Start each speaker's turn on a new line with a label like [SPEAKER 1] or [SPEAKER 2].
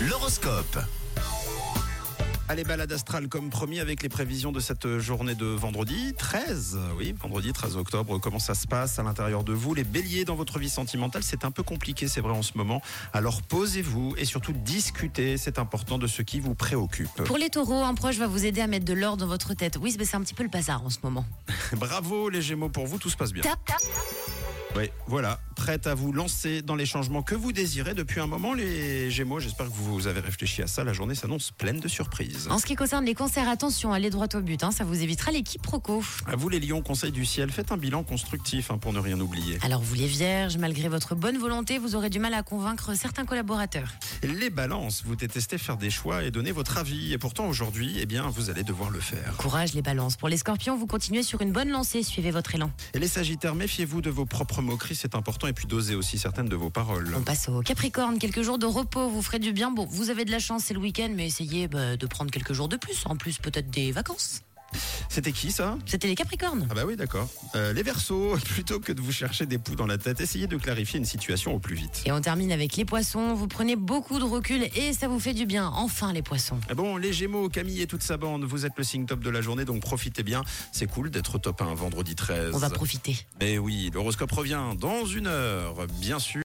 [SPEAKER 1] l'horoscope. Allez, balade astrale comme promis avec les prévisions de cette journée de vendredi 13. Oui, vendredi 13 octobre. Comment ça se passe à l'intérieur de vous Les béliers dans votre vie sentimentale, c'est un peu compliqué, c'est vrai, en ce moment. Alors posez-vous et surtout discutez. C'est important de ce qui vous préoccupe.
[SPEAKER 2] Pour les taureaux, un proche va vous aider à mettre de l'or dans votre tête. Oui, mais c'est un petit peu le bazar en ce moment.
[SPEAKER 1] Bravo, les gémeaux, pour vous, tout se passe bien.
[SPEAKER 2] Tap, tap.
[SPEAKER 1] Oui, voilà. Prête à vous lancer dans les changements que vous désirez depuis un moment, les gémeaux. J'espère que vous avez réfléchi à ça. La journée s'annonce pleine de surprises.
[SPEAKER 2] En ce qui concerne les concerts, attention, allez droit au but. hein, ça vous évitera les quiproquos.
[SPEAKER 1] À vous les lions, conseil du ciel, faites un bilan constructif hein, pour ne rien oublier.
[SPEAKER 2] Alors vous les vierges, malgré votre bonne volonté, vous aurez du mal à convaincre certains collaborateurs.
[SPEAKER 1] Les balances, vous détestez faire des choix et donner votre avis. Et pourtant aujourd'hui, eh bien, vous allez devoir le faire.
[SPEAKER 2] Courage les balances. Pour les scorpions, vous continuez sur une bonne lancée, suivez votre élan.
[SPEAKER 1] Et les sagittaires, méfiez-vous de vos propres moqueries, c'est important. Et puis dosez aussi certaines de vos paroles.
[SPEAKER 2] On passe au Capricorne, quelques jours de repos vous ferez du bien. Bon, vous avez de la chance, c'est le week-end, mais essayez bah, de prendre quelques jours de plus. En plus, peut-être des vacances.
[SPEAKER 1] C'était qui ça
[SPEAKER 2] C'était les Capricornes.
[SPEAKER 1] ah bah oui d'accord. Euh, les versos, plutôt que de vous chercher des poux dans la tête, essayez de clarifier une situation au plus vite.
[SPEAKER 2] Et on termine avec les poissons, vous prenez beaucoup de recul et ça vous fait du bien. Enfin les poissons.
[SPEAKER 1] Ah Bon, les Gémeaux, Camille et toute sa bande, vous êtes le signe top de la journée, donc profitez bien. C'est cool d'être au top 1 vendredi 13.
[SPEAKER 2] On va profiter.
[SPEAKER 1] Mais oui, l'horoscope revient dans une heure, bien sûr.